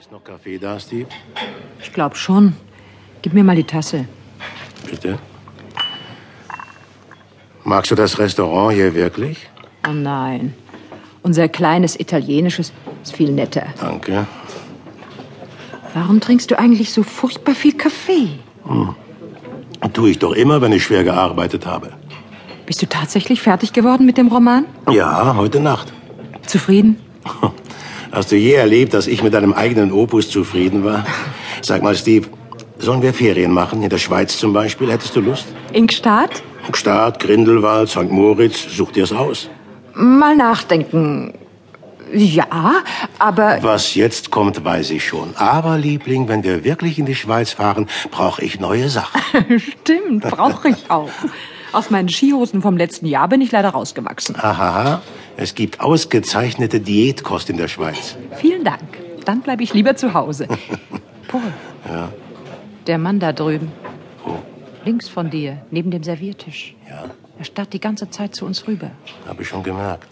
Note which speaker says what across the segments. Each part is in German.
Speaker 1: Ist noch Kaffee da, Steve?
Speaker 2: Ich glaube schon. Gib mir mal die Tasse.
Speaker 1: Bitte. Magst du das Restaurant hier wirklich?
Speaker 2: Oh nein. Unser kleines italienisches ist viel netter.
Speaker 1: Danke.
Speaker 2: Warum trinkst du eigentlich so furchtbar viel Kaffee?
Speaker 1: Tue ich doch immer, wenn ich schwer gearbeitet habe.
Speaker 2: Bist du tatsächlich fertig geworden mit dem Roman?
Speaker 1: Ja, heute Nacht.
Speaker 2: Zufrieden?
Speaker 1: Hast du je erlebt, dass ich mit deinem eigenen Opus zufrieden war? Sag mal, Steve, sollen wir Ferien machen? In der Schweiz zum Beispiel? Hättest du Lust?
Speaker 2: Ingstadt?
Speaker 1: Start, Grindelwald, St. Moritz, such dir's aus.
Speaker 2: Mal nachdenken. Ja, aber
Speaker 1: Was jetzt kommt, weiß ich schon. Aber, Liebling, wenn wir wirklich in die Schweiz fahren, brauche ich neue Sachen.
Speaker 2: stimmt, brauche ich auch. Aus meinen Skihosen vom letzten Jahr bin ich leider rausgewachsen.
Speaker 1: Aha, es gibt ausgezeichnete Diätkost in der Schweiz.
Speaker 2: Vielen Dank. Dann bleibe ich lieber zu Hause. Paul. Der Mann da drüben. Links von dir, neben dem Serviertisch.
Speaker 1: Ja,
Speaker 2: Er starrt die ganze Zeit zu uns rüber.
Speaker 1: habe ich schon gemerkt.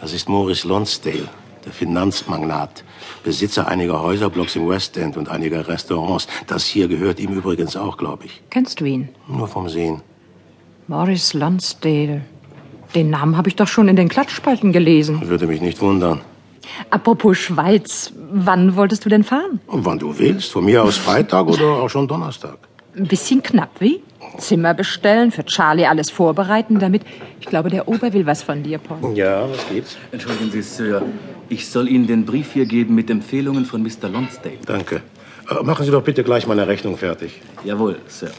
Speaker 1: Das ist Morris Lonsdale, der Finanzmagnat, Besitzer einiger Häuserblocks im West End und einiger Restaurants. Das hier gehört ihm übrigens auch, glaube ich.
Speaker 2: Kennst du ihn?
Speaker 1: Nur vom Sehen.
Speaker 2: Morris Lonsdale. Den Namen habe ich doch schon in den Klatschspalten gelesen.
Speaker 1: Würde mich nicht wundern.
Speaker 2: Apropos Schweiz, wann wolltest du denn fahren?
Speaker 1: Und wann du willst, von mir aus Freitag oder auch schon Donnerstag.
Speaker 2: Ein bisschen knapp, wie? Zimmer bestellen, für Charlie alles vorbereiten, damit. Ich glaube, der Ober will was von dir, Paul.
Speaker 1: Ja, was gibt's?
Speaker 3: Entschuldigen Sie, Sir, ich soll Ihnen den Brief hier geben mit Empfehlungen von Mr. Lonsdale.
Speaker 1: Danke. Äh, machen Sie doch bitte gleich meine Rechnung fertig.
Speaker 3: Jawohl, Sir.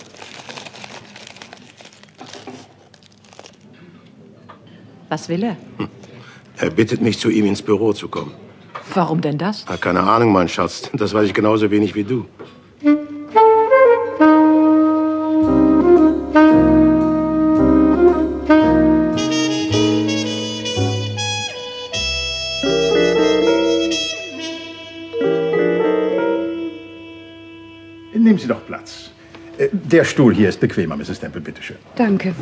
Speaker 2: Was will er?
Speaker 1: Er bittet mich, zu ihm ins Büro zu kommen.
Speaker 2: Warum denn das?
Speaker 1: Ah, keine Ahnung, mein Schatz. Das weiß ich genauso wenig wie du.
Speaker 4: Nehmen Sie doch Platz. Äh, Der Stuhl hier ist bequemer, Mrs. Temple, bitteschön.
Speaker 2: Danke.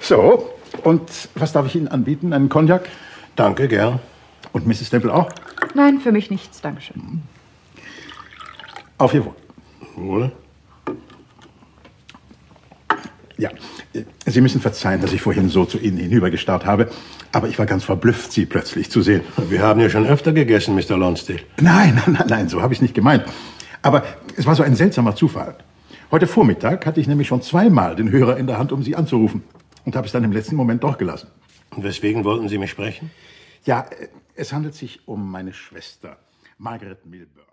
Speaker 4: So, und was darf ich Ihnen anbieten? Einen Cognac?
Speaker 1: Danke, gern.
Speaker 4: Und Mrs. Temple auch?
Speaker 2: Nein, für mich nichts, Dankeschön.
Speaker 4: Auf Ihr Wohl.
Speaker 1: Wohl.
Speaker 4: Ja, äh, Sie müssen verzeihen, dass ich vorhin so zu Ihnen hinübergestarrt habe, aber ich war ganz verblüfft, Sie plötzlich zu sehen.
Speaker 1: Wir haben ja schon öfter gegessen, Mr. Lonsdale.
Speaker 4: Nein, nein, nein, nein, so habe ich es nicht gemeint. Aber es war so ein seltsamer Zufall. Heute Vormittag hatte ich nämlich schon zweimal den Hörer in der Hand, um Sie anzurufen. Und habe es dann im letzten Moment doch gelassen.
Speaker 1: Und weswegen wollten Sie mich sprechen?
Speaker 4: Ja, äh, es handelt sich um meine Schwester, Margaret Milburn.